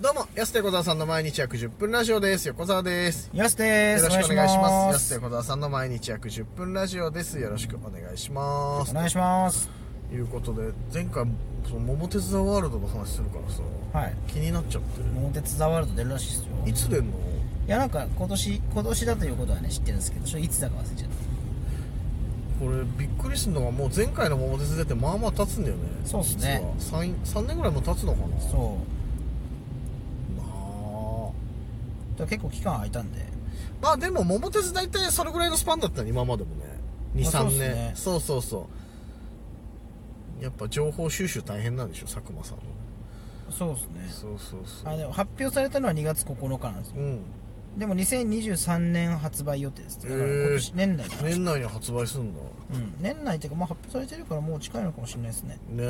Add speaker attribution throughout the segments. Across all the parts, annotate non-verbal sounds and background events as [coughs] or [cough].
Speaker 1: どうも、安手小沢さんの毎日約10分ラジオです。横澤です。
Speaker 2: やすで
Speaker 1: よ
Speaker 2: す。
Speaker 1: ろしくお願いします。
Speaker 2: や
Speaker 1: 安
Speaker 2: す
Speaker 1: 手小沢さんの毎日約10分ラジオです。よろしくお願いします。
Speaker 2: お願いします。
Speaker 1: ということで、前回、その桃鉄ザワールドの話するからさ、
Speaker 2: はい。
Speaker 1: 気になっちゃってる。
Speaker 2: 桃鉄ザワールド出るらしいですよ。
Speaker 1: いつ出んの
Speaker 2: いや、なんか今年、今年だということはね、知ってるんですけど、ちょっといつだか忘れちゃっ
Speaker 1: これ、びっくりするのは、もう前回の桃鉄出て、まあまあ経つんだよね。
Speaker 2: そうっすね
Speaker 1: 実は。3、3年ぐらいも経つのかな
Speaker 2: た。そう。
Speaker 1: まあ。
Speaker 2: だから結構期間空いたんで。
Speaker 1: まあでも桃鉄大体それぐらいのスパンだったね今までもね
Speaker 2: ま
Speaker 1: 23
Speaker 2: あそうっ
Speaker 1: 年、
Speaker 2: すね
Speaker 1: そうそうそうやっぱ情報収集大変なんでしょ佐久間さんは
Speaker 2: そうですね。
Speaker 1: そうそうそう
Speaker 2: あでも発表されたのは2月9日なんです
Speaker 1: う
Speaker 2: よ。
Speaker 1: ん
Speaker 2: でも2023年発売予定です。だから今年、
Speaker 1: へ
Speaker 2: 年内かな。
Speaker 1: 年内に発売すんだ
Speaker 2: うん。年内っていうか、まあ発表されてるからもう近いのかもしれないですね。
Speaker 1: ね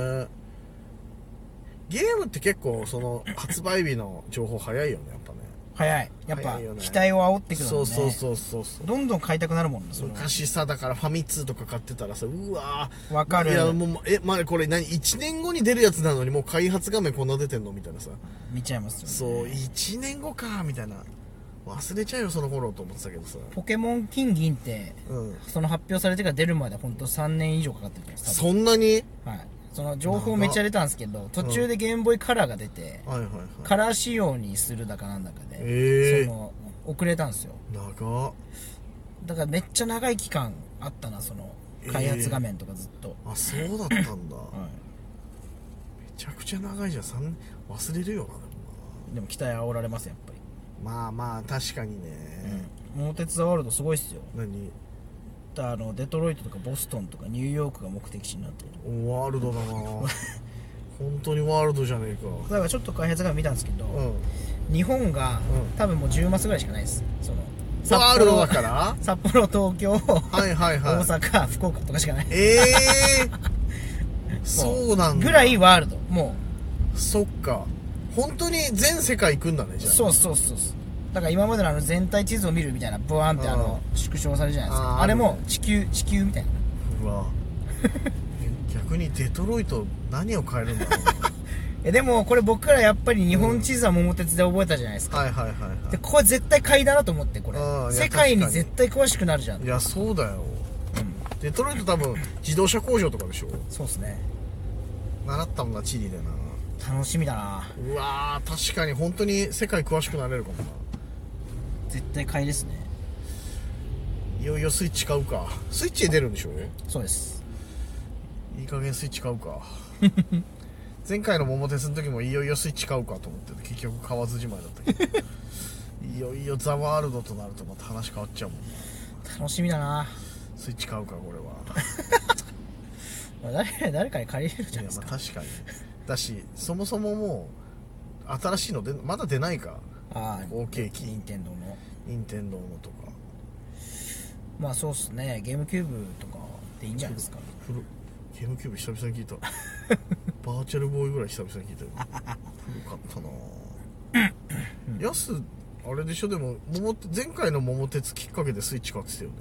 Speaker 1: ゲームって結構その発売日の情報早いよねやっぱね
Speaker 2: 早い。やっぱ、
Speaker 1: 早いよね
Speaker 2: 期待を煽ってくるのね。
Speaker 1: そうそうそうそうそう
Speaker 2: どんどん買いたくなるもんね、それは
Speaker 1: 昔さだからファミ通とか買ってたらさうわー
Speaker 2: わかる
Speaker 1: いやもうえまあこれ何1年後に出るやつなのにもう開発画面こんな出てんのみたいなさ
Speaker 2: 見ちゃいますよね。
Speaker 1: そう1年後かみたいな忘れちゃうよその頃と思ってたけどさ
Speaker 2: ポケモン金銀って、
Speaker 1: うん
Speaker 2: その発表されてから出るまで本当3年以上かかってるんです
Speaker 1: そんなに
Speaker 2: 多分はいその情報めっちゃ出たんですけど途中でゲームボーイカラーが出て、
Speaker 1: はいはいはい
Speaker 2: カラー仕様にするだかなんだかで、
Speaker 1: ええ
Speaker 2: その遅れたんですよ
Speaker 1: 長っ
Speaker 2: だからめっちゃ長い期間あったなその開発画面とかずっと、
Speaker 1: あそうだったんだめ
Speaker 2: は
Speaker 1: ちゃくちゃ長いじゃん3忘れるよなでも
Speaker 2: い、でも期待煽られますやっぱり、
Speaker 1: なまあまあ確かにね、
Speaker 2: 桃鉄ザワールドすごいっすよ
Speaker 1: 何
Speaker 2: だからあのデトロイトとかボストンとかニューヨークが目的地になってる
Speaker 1: ワールド
Speaker 2: [laughs]
Speaker 1: だな本当にワールドじゃねえか
Speaker 2: だからちょっと開発画面見たんですけど、
Speaker 1: うん
Speaker 2: 日本
Speaker 1: う
Speaker 2: が、
Speaker 1: ん
Speaker 2: 多分もう10マスぐらいしかないですその
Speaker 1: ワールドだから
Speaker 2: 札幌東京、
Speaker 1: はいはいはい
Speaker 2: 大阪福岡とかしかない
Speaker 1: え
Speaker 2: [laughs]
Speaker 1: えー、そうなんだ
Speaker 2: ぐらいワールドも
Speaker 1: そっか本当に全世界行くんだね
Speaker 2: う
Speaker 1: じゃあ
Speaker 2: そうそうそうそうだから今までのあの全体地図を見るみたいなブワーンってあの縮小されるじゃないですか
Speaker 1: あー
Speaker 2: あれ
Speaker 1: ある
Speaker 2: も
Speaker 1: ね
Speaker 2: 地球地球みたいな
Speaker 1: うわ [laughs] 逆にデトロイト何を変えるんだろ
Speaker 2: えでもこれ僕らやっぱり日本地図は桃鉄で覚えたじゃないです
Speaker 1: う
Speaker 2: か、
Speaker 1: はいはいはい
Speaker 2: で
Speaker 1: は
Speaker 2: これ絶対買いだなと思ってこれ
Speaker 1: あーいや
Speaker 2: 世界に
Speaker 1: 確かに
Speaker 2: 絶対詳しくなるじゃん、う
Speaker 1: い
Speaker 2: ん
Speaker 1: い、やそうだよデトロイト多分自動車工場とかでしょ
Speaker 2: そうっすね
Speaker 1: 習ったもんなチリでな
Speaker 2: 楽しみだな
Speaker 1: うわー確かに本当に世界詳しくなれるかもな
Speaker 2: 絶対買いですね
Speaker 1: いよいよスイッチ買うかスイッチで出るんでしょ
Speaker 2: そうです
Speaker 1: いい加減スイッチ買うか前回の桃鉄の時もいよいよスイッチ買うかと思ってて結局買わずじまいだったけどいよいよザワールドとなるとまた話変わっちゃうもんな
Speaker 2: 楽しみだな
Speaker 1: スイッチ買うかこれは
Speaker 2: まあ誰 [laughs] 誰かに借りれるじゃ
Speaker 1: い
Speaker 2: ない
Speaker 1: やま
Speaker 2: です
Speaker 1: あ
Speaker 2: か
Speaker 1: 確かにだしそもそももう新しいのでまだ出ないか
Speaker 2: ああ
Speaker 1: 大きい
Speaker 2: 任天堂の
Speaker 1: 任天堂のとか
Speaker 2: まあそうっすねゲームキューブとかでいいんじゃないですか
Speaker 1: フルゲームキューブ久々に聞い
Speaker 2: [laughs]
Speaker 1: たバーチャルボーイぐらい久々に聞いたよ古かったなぁやすあれでしょでも桃鉄前回の桃鉄きっかけでスイッチ買ってたよね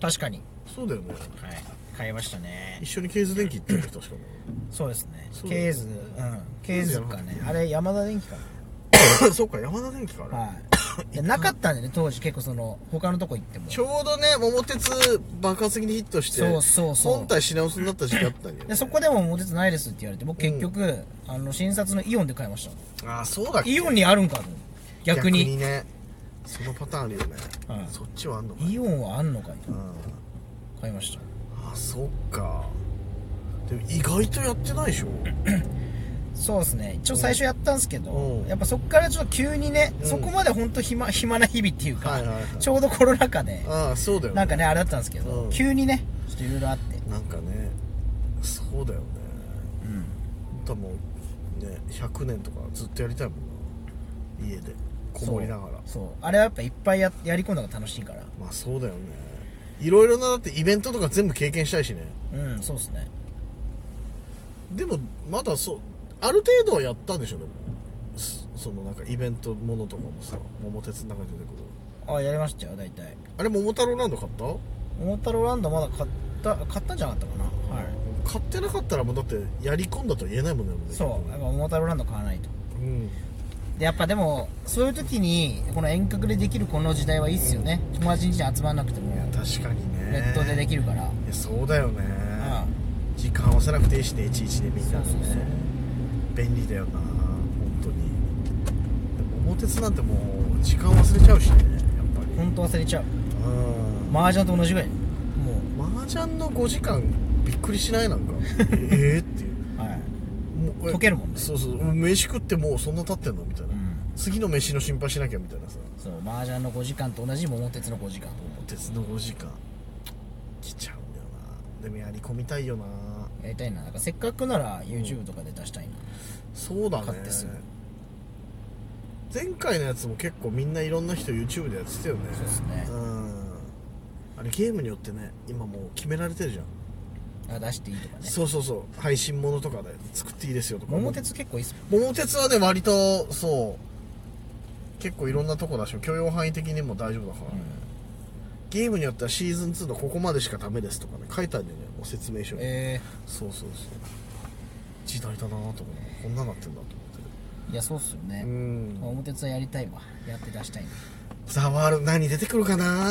Speaker 2: 確かに
Speaker 1: そうだよね
Speaker 2: はい買いましたね
Speaker 1: 一緒にケーズ電機行ったよね確かね
Speaker 2: そうですね
Speaker 1: そう
Speaker 2: ケーズうんケーズかねあれ山田電機か [laughs]
Speaker 1: そうか山田電機から、
Speaker 2: な [coughs] はいでなかったんでね当時結構その他のとこ行っても
Speaker 1: ちょうどね桃鉄爆発的にヒットして
Speaker 2: そうそうそう
Speaker 1: 本体品薄になった時期あったんよ、ね
Speaker 2: で、そこでも「も鉄ないです」って言われて僕結局、あの新札のイオンで買いました
Speaker 1: ああそうだっけ
Speaker 2: イオンにあるんかと思って逆に
Speaker 1: ねそのパターンあるよね、
Speaker 2: はい
Speaker 1: そっちはあんのかな
Speaker 2: イオンはあんのかいと
Speaker 1: うん
Speaker 2: 買いました
Speaker 1: あそっかでも意外とやってないでしょ
Speaker 2: そうですね一応最初やったんですけ
Speaker 1: う
Speaker 2: ど
Speaker 1: ん
Speaker 2: やっぱそこからちょっと急にね、
Speaker 1: うん
Speaker 2: そこまで本当暇 [laughs] 暇な日々っていうか、
Speaker 1: はいはいはい
Speaker 2: ちょうどコロナ禍で
Speaker 1: ああそうだよね
Speaker 2: なんかねあれだったんですけど、
Speaker 1: うん
Speaker 2: 急にねちょっといろいろあって
Speaker 1: なんかねそうだよね多分ね100年とかずっとやりたいもんな家でこもりながら
Speaker 2: そうそうあれはやっぱいっぱいややり込んだ方が楽しいから
Speaker 1: まあそうだよねいろいろなだってイベントとか全部経験したいしね
Speaker 2: うんそうですね
Speaker 1: でもまだそうある程度はやったんでしょでもそそのなんかイベントものとかもさ桃鉄の中に出てくる
Speaker 2: あやりましたよ大体
Speaker 1: あれ桃太郎ランド買った
Speaker 2: 桃太郎ランドまだ買った買ったんじゃなかったかなはい
Speaker 1: 買ってなかったらもうだってやり込んだとは言えないもんねもね
Speaker 2: そうやっぱ桃太郎ランド買わないと
Speaker 1: うん
Speaker 2: でやっぱでもそういう時にこの遠隔でできるこの時代はいいっすよね友達に集まらなくても
Speaker 1: 確かにね
Speaker 2: ネットでできるから、
Speaker 1: いやそうだよね、
Speaker 2: う
Speaker 1: 時間合わせなくていいしねいちいちねみんなね
Speaker 2: そうそうそう
Speaker 1: 便利だよな本当にでも桃鉄なんてもう時間忘れちゃうしねやっぱ
Speaker 2: ん
Speaker 1: り
Speaker 2: 本当忘れちゃう
Speaker 1: うん
Speaker 2: 麻雀と同じぐらいも
Speaker 1: 麻雀の5時間びっくりしない [laughs] なんかええっていう
Speaker 2: うはい、
Speaker 1: もうえ
Speaker 2: 溶けるもんね
Speaker 1: そうそうもう飯食ってもうそんな経ってんのみたいな、
Speaker 2: うん、
Speaker 1: 次の飯の心配しなきゃみたいなさ
Speaker 2: そう麻雀の5時間と同じ桃鉄の5時間
Speaker 1: 桃鉄の5時間来ちゃうんだよなでもやり込みたいよな
Speaker 2: やりたいななんかせっかくなら YouTube とかで出したいな、
Speaker 1: そうだね
Speaker 2: 買ってすぐ
Speaker 1: 前回のやつも結構みんないろんな人 YouTube でやってたよね
Speaker 2: そうですね
Speaker 1: うんあれゲームによってね今もう決められてるじゃん、
Speaker 2: あ出していいとかね
Speaker 1: そうそうそう配信ものとかで作っていいですよとか
Speaker 2: 桃鉄結構いいっすもん
Speaker 1: 桃鉄はね割とそう結構いろんなとこだし許容範囲的にも大丈夫だからね、ゲームによってはシーズン2のここまでしかダメですとかね書いてあるんだよねもう説明書に、
Speaker 2: え
Speaker 1: そうそうそう時代だなと思うこんななってんだと思っ
Speaker 2: ー、いやそうっすよね
Speaker 1: て、うん
Speaker 2: 桃鉄はやりたいわやって出したいな
Speaker 1: ザワール何出てくるかな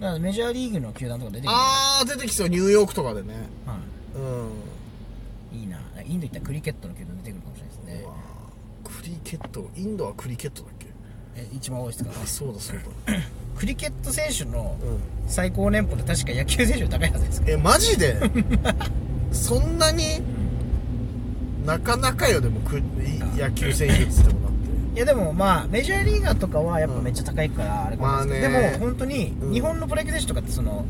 Speaker 2: だからメジャーリーグの球団とか出てくる
Speaker 1: あー出てきそうニューヨークとかでね
Speaker 2: は
Speaker 1: うん
Speaker 2: い、いいなインド行ったらクリケットの球団出てくるかもしれないです
Speaker 1: う
Speaker 2: ね
Speaker 1: わークリケットインドはクリケットだっけ
Speaker 2: え一番多いですから [laughs]
Speaker 1: あそうだそうだ
Speaker 2: クリケット選手の
Speaker 1: うん
Speaker 2: 最高年俸って確か野球選手より高いはずですか
Speaker 1: えマジでそんなになかなかよでもくい野球選手っつってもだって
Speaker 2: いやでもまあメジャーリーガーとかはやっぱめっちゃ高いからあれかもしれないですけど、
Speaker 1: まあね
Speaker 2: でも本当に
Speaker 1: うん
Speaker 2: 日本のプロ野球選手とかってその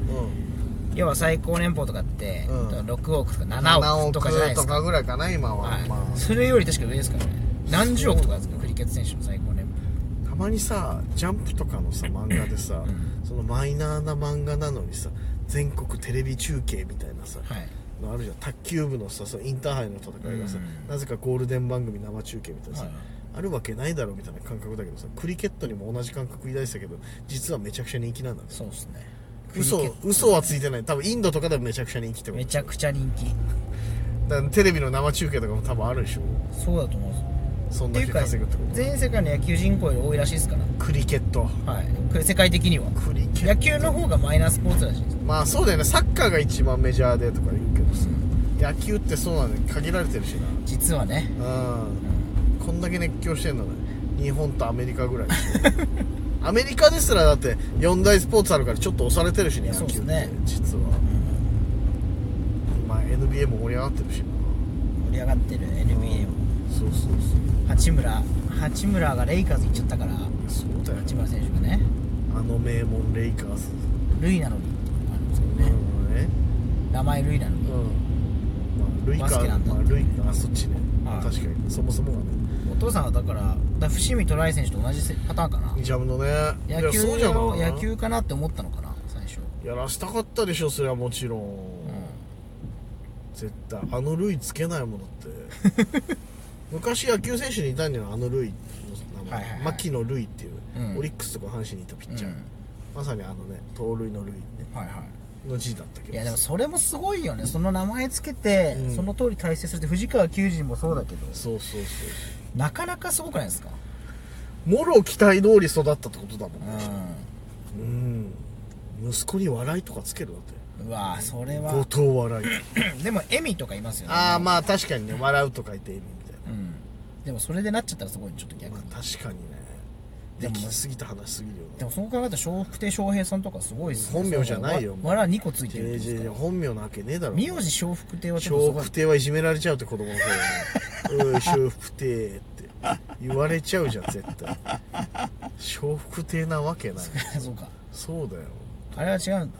Speaker 1: うん
Speaker 2: 要は最高年俸とかって
Speaker 1: うん
Speaker 2: 6億とか7億とかじゃないですか、
Speaker 1: 7億ぐらいかな今は、
Speaker 2: はい
Speaker 1: まあ
Speaker 2: それより確か上ですからね何十億とかですからクリケット選手の最高年俸
Speaker 1: たまにさジャンプとかのさ漫画でさ、
Speaker 2: うん
Speaker 1: そのマイナーな漫画なのにさ全国テレビ中継みたいなさ、
Speaker 2: はい
Speaker 1: のあるじゃん卓球部のさそのインターハイの戦いがさ、
Speaker 2: うん
Speaker 1: なぜかゴールデン番組生中継みたいなさ、
Speaker 2: はい
Speaker 1: あるわけないだろうみたいな感覚だけどさクリケットにも同じ感覚抱いてたけど実はめちゃくちゃ人気なんだね
Speaker 2: そうですねクリ
Speaker 1: 嘘
Speaker 2: ケット
Speaker 1: 嘘はついてない多分インドとかでもめちゃくちゃ人気ってこと
Speaker 2: めちゃくちゃ人気
Speaker 1: だからテレビの生中継とかも多分あるでしょ
Speaker 2: そうだと思うんですよ
Speaker 1: そん
Speaker 2: って
Speaker 1: だ
Speaker 2: い
Speaker 1: け
Speaker 2: うか
Speaker 1: 稼ぐってこと
Speaker 2: 全世界の野球人口より多いらしいですから
Speaker 1: クリケット
Speaker 2: はいこれ世界的には
Speaker 1: クリケット
Speaker 2: 野球の方がマイナースポーツらしいです
Speaker 1: まあそうだよねサッカーが一番メジャーでとか言うけどさ野球ってそうなんだよ限られてるし
Speaker 2: 実はね
Speaker 1: なうんこんだけ熱狂してんのね日本とアメリカぐ
Speaker 2: [laughs]
Speaker 1: らいでしょアメリカですらだって四大スポーツあるからちょっと押されてるしね
Speaker 2: そ
Speaker 1: 野
Speaker 2: うっ
Speaker 1: 球
Speaker 2: す
Speaker 1: って、
Speaker 2: ね
Speaker 1: 実はまあ NBA も盛り上がってるしな
Speaker 2: 盛り上がってる NBA も
Speaker 1: そうそうそう
Speaker 2: 八村八村がレイカーズ行っちゃったから
Speaker 1: そうだよ
Speaker 2: 八村選手がね
Speaker 1: あの名門レイカーズ
Speaker 2: ルイなのにっていうのがあるんですけどね
Speaker 1: ね
Speaker 2: 名前ルイな
Speaker 1: う
Speaker 2: の
Speaker 1: ん
Speaker 2: に
Speaker 1: まあルイカ
Speaker 2: バスケなん
Speaker 1: ー
Speaker 2: だ
Speaker 1: まあルイカーそっちね
Speaker 2: はい
Speaker 1: 確かにそもそもがね
Speaker 2: お父さんはだからだから伏見トライ選手と同じせパターンかな
Speaker 1: ジャムのねい
Speaker 2: 野
Speaker 1: や
Speaker 2: 球
Speaker 1: そうじゃ
Speaker 2: を
Speaker 1: ない
Speaker 2: 野球かなって思ったのかな最初
Speaker 1: やらしたかったでしょそれはもちろん、絶対あのルイつけないものって
Speaker 2: [laughs]
Speaker 1: 昔野球選手にいたんだよあのルイの名前、
Speaker 2: はいはいはい
Speaker 1: 牧野ルイっていう、
Speaker 2: うん
Speaker 1: オリックスとか阪神にいたピッチャー、
Speaker 2: うん
Speaker 1: まさにあのね盗塁のルイね
Speaker 2: はいはい
Speaker 1: の字だったけど
Speaker 2: いやでもそれもすごいよねその名前つけて、
Speaker 1: うん
Speaker 2: その通り大成するって藤川球児もそうだけど
Speaker 1: そうそうそう
Speaker 2: なかなかすごくないですか
Speaker 1: もろ期待通り育ったってことだもんね
Speaker 2: う
Speaker 1: うん息子に笑いとかつけるだって
Speaker 2: んうわそれ
Speaker 1: 後
Speaker 2: は
Speaker 1: 藤笑い
Speaker 2: [clears throat] でもエミとかいますよね
Speaker 1: ああまあ確かにね笑うと書いているみたい
Speaker 2: うんでもそれでなっちゃったらすごいちょっと逆
Speaker 1: な
Speaker 2: に
Speaker 1: まあ確かにね
Speaker 2: で
Speaker 1: で
Speaker 2: も
Speaker 1: きすぎた話すぎるよ
Speaker 2: でもそう考えたら笑福亭笑瓶さんとかすごいっすね
Speaker 1: 本名じゃないよ
Speaker 2: わわら2個ついてる
Speaker 1: ね
Speaker 2: んで
Speaker 1: じ
Speaker 2: すか
Speaker 1: 本名なわけねえだろ
Speaker 2: 名字笑福亭はちょっとす
Speaker 1: 笑
Speaker 2: ごい
Speaker 1: 福亭はいじめられちゃうって子供の頃に「おい笑福亭」って言われちゃうじゃん絶対笑福亭なわけない
Speaker 2: [laughs] そうか
Speaker 1: そうだよ
Speaker 2: あれは違うんだ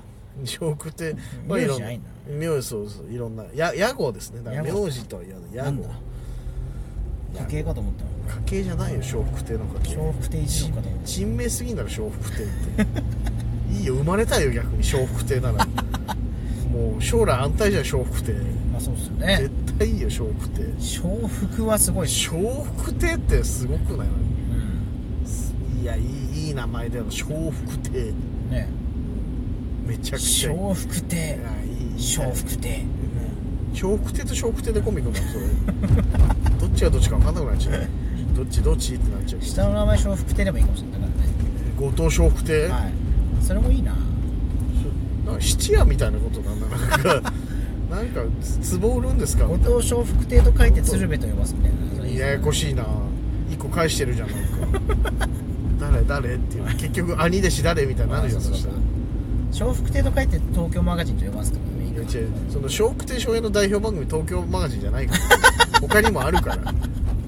Speaker 1: 笑福亭
Speaker 2: 名字
Speaker 1: ろ
Speaker 2: じゃないんだ
Speaker 1: 名字そうそういろんなや屋号ですねだから
Speaker 2: 屋号
Speaker 1: 名字とは言わない
Speaker 2: な
Speaker 1: 屋
Speaker 2: ん
Speaker 1: 号
Speaker 2: だ家系かと思ったの
Speaker 1: 家系じゃないよ笑福亭の家系
Speaker 2: 笑福亭一族かと思っ
Speaker 1: 人名すぎんだろ笑福亭って
Speaker 2: [laughs]
Speaker 1: いいよ生まれたいよ逆に笑福亭ならもう将来安泰じゃん笑福亭
Speaker 2: たまあそうっすよね
Speaker 1: 絶対いいよ笑福亭
Speaker 2: 笑福はすごいっす
Speaker 1: 笑福亭ってすごくない
Speaker 2: うん
Speaker 1: いやいいいい名前だよ笑福亭
Speaker 2: ね
Speaker 1: めちゃくちゃいい
Speaker 2: 笑福亭
Speaker 1: いやいい
Speaker 2: 笑福亭
Speaker 1: [laughs] 笑福亭と笑福亭でコンビ組んだのそれどっちがどっちか分かんなくなっちゃうどっちどっちってなっちゃう
Speaker 2: 下の名前笑福亭でもいいかもしれないからね
Speaker 1: 後藤笑福亭、
Speaker 2: はいそれもいいな
Speaker 1: なんか質屋みたいなことなんだなんかなんかつ壺売るんですかみたい
Speaker 2: 後藤笑福亭と書いて鶴瓶と呼ばすみたいなそ
Speaker 1: な
Speaker 2: れいい
Speaker 1: ややこしいな一個返してるじゃんなんか誰誰っていう結局兄弟子誰みたいになるよ
Speaker 2: あそ
Speaker 1: そ
Speaker 2: うか
Speaker 1: したら
Speaker 2: 笑福亭と書いて東京マガジンと呼ばすとかでもいい
Speaker 1: いや
Speaker 2: か
Speaker 1: 違うその笑福亭笑瓶の代表番組東京マガジンじゃないから他にもあるから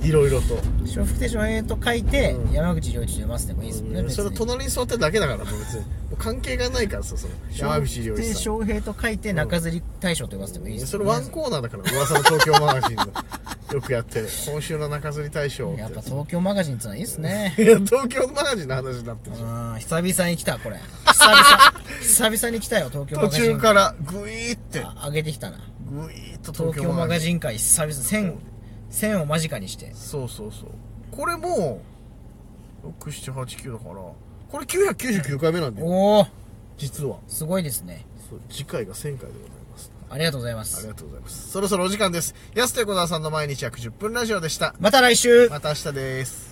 Speaker 1: いろいろと
Speaker 2: 笑福亭笑瓶と書いて
Speaker 1: うん
Speaker 2: 山口良一と呼ばすでもいいですもんね
Speaker 1: うん
Speaker 2: 別
Speaker 1: それ
Speaker 2: に
Speaker 1: は隣に座ってるだけだからもう別にもう関係がないからさその山口良
Speaker 2: 笑
Speaker 1: 一さ
Speaker 2: 福
Speaker 1: ん
Speaker 2: 亭笑瓶と書いて中吊り大将と呼ばすでもいい
Speaker 1: い
Speaker 2: で
Speaker 1: や
Speaker 2: す
Speaker 1: そ
Speaker 2: も
Speaker 1: れ
Speaker 2: んね
Speaker 1: ワンコーナーだから噂の東京マガジンのよくやってる今週の中吊り大賞ってや
Speaker 2: やっ
Speaker 1: つ
Speaker 2: ぱ東京マガジンってのはいいっすね
Speaker 1: いや東京マガジンの話になってるじゃん
Speaker 2: うん久々に来たこれ久々久々に来たよ東京マ
Speaker 1: 途
Speaker 2: ガジン
Speaker 1: 中からグイーって
Speaker 2: あ上げてきたな
Speaker 1: グイーっと東
Speaker 2: 東京
Speaker 1: 京
Speaker 2: マ
Speaker 1: マ
Speaker 2: ガ
Speaker 1: ガジン
Speaker 2: ジン界久々1000 1000を間近にして
Speaker 1: そうそうそうこれもう6789だからこれ999回目なんだよ
Speaker 2: おお
Speaker 1: 実は
Speaker 2: すごいですね
Speaker 1: そう次回が1000回でございます
Speaker 2: ありがとうございま
Speaker 1: あり
Speaker 2: す
Speaker 1: がとうございますそろそろお時間です安手小沢さんの毎日約10分ラジオでした
Speaker 2: また来週
Speaker 1: また明日です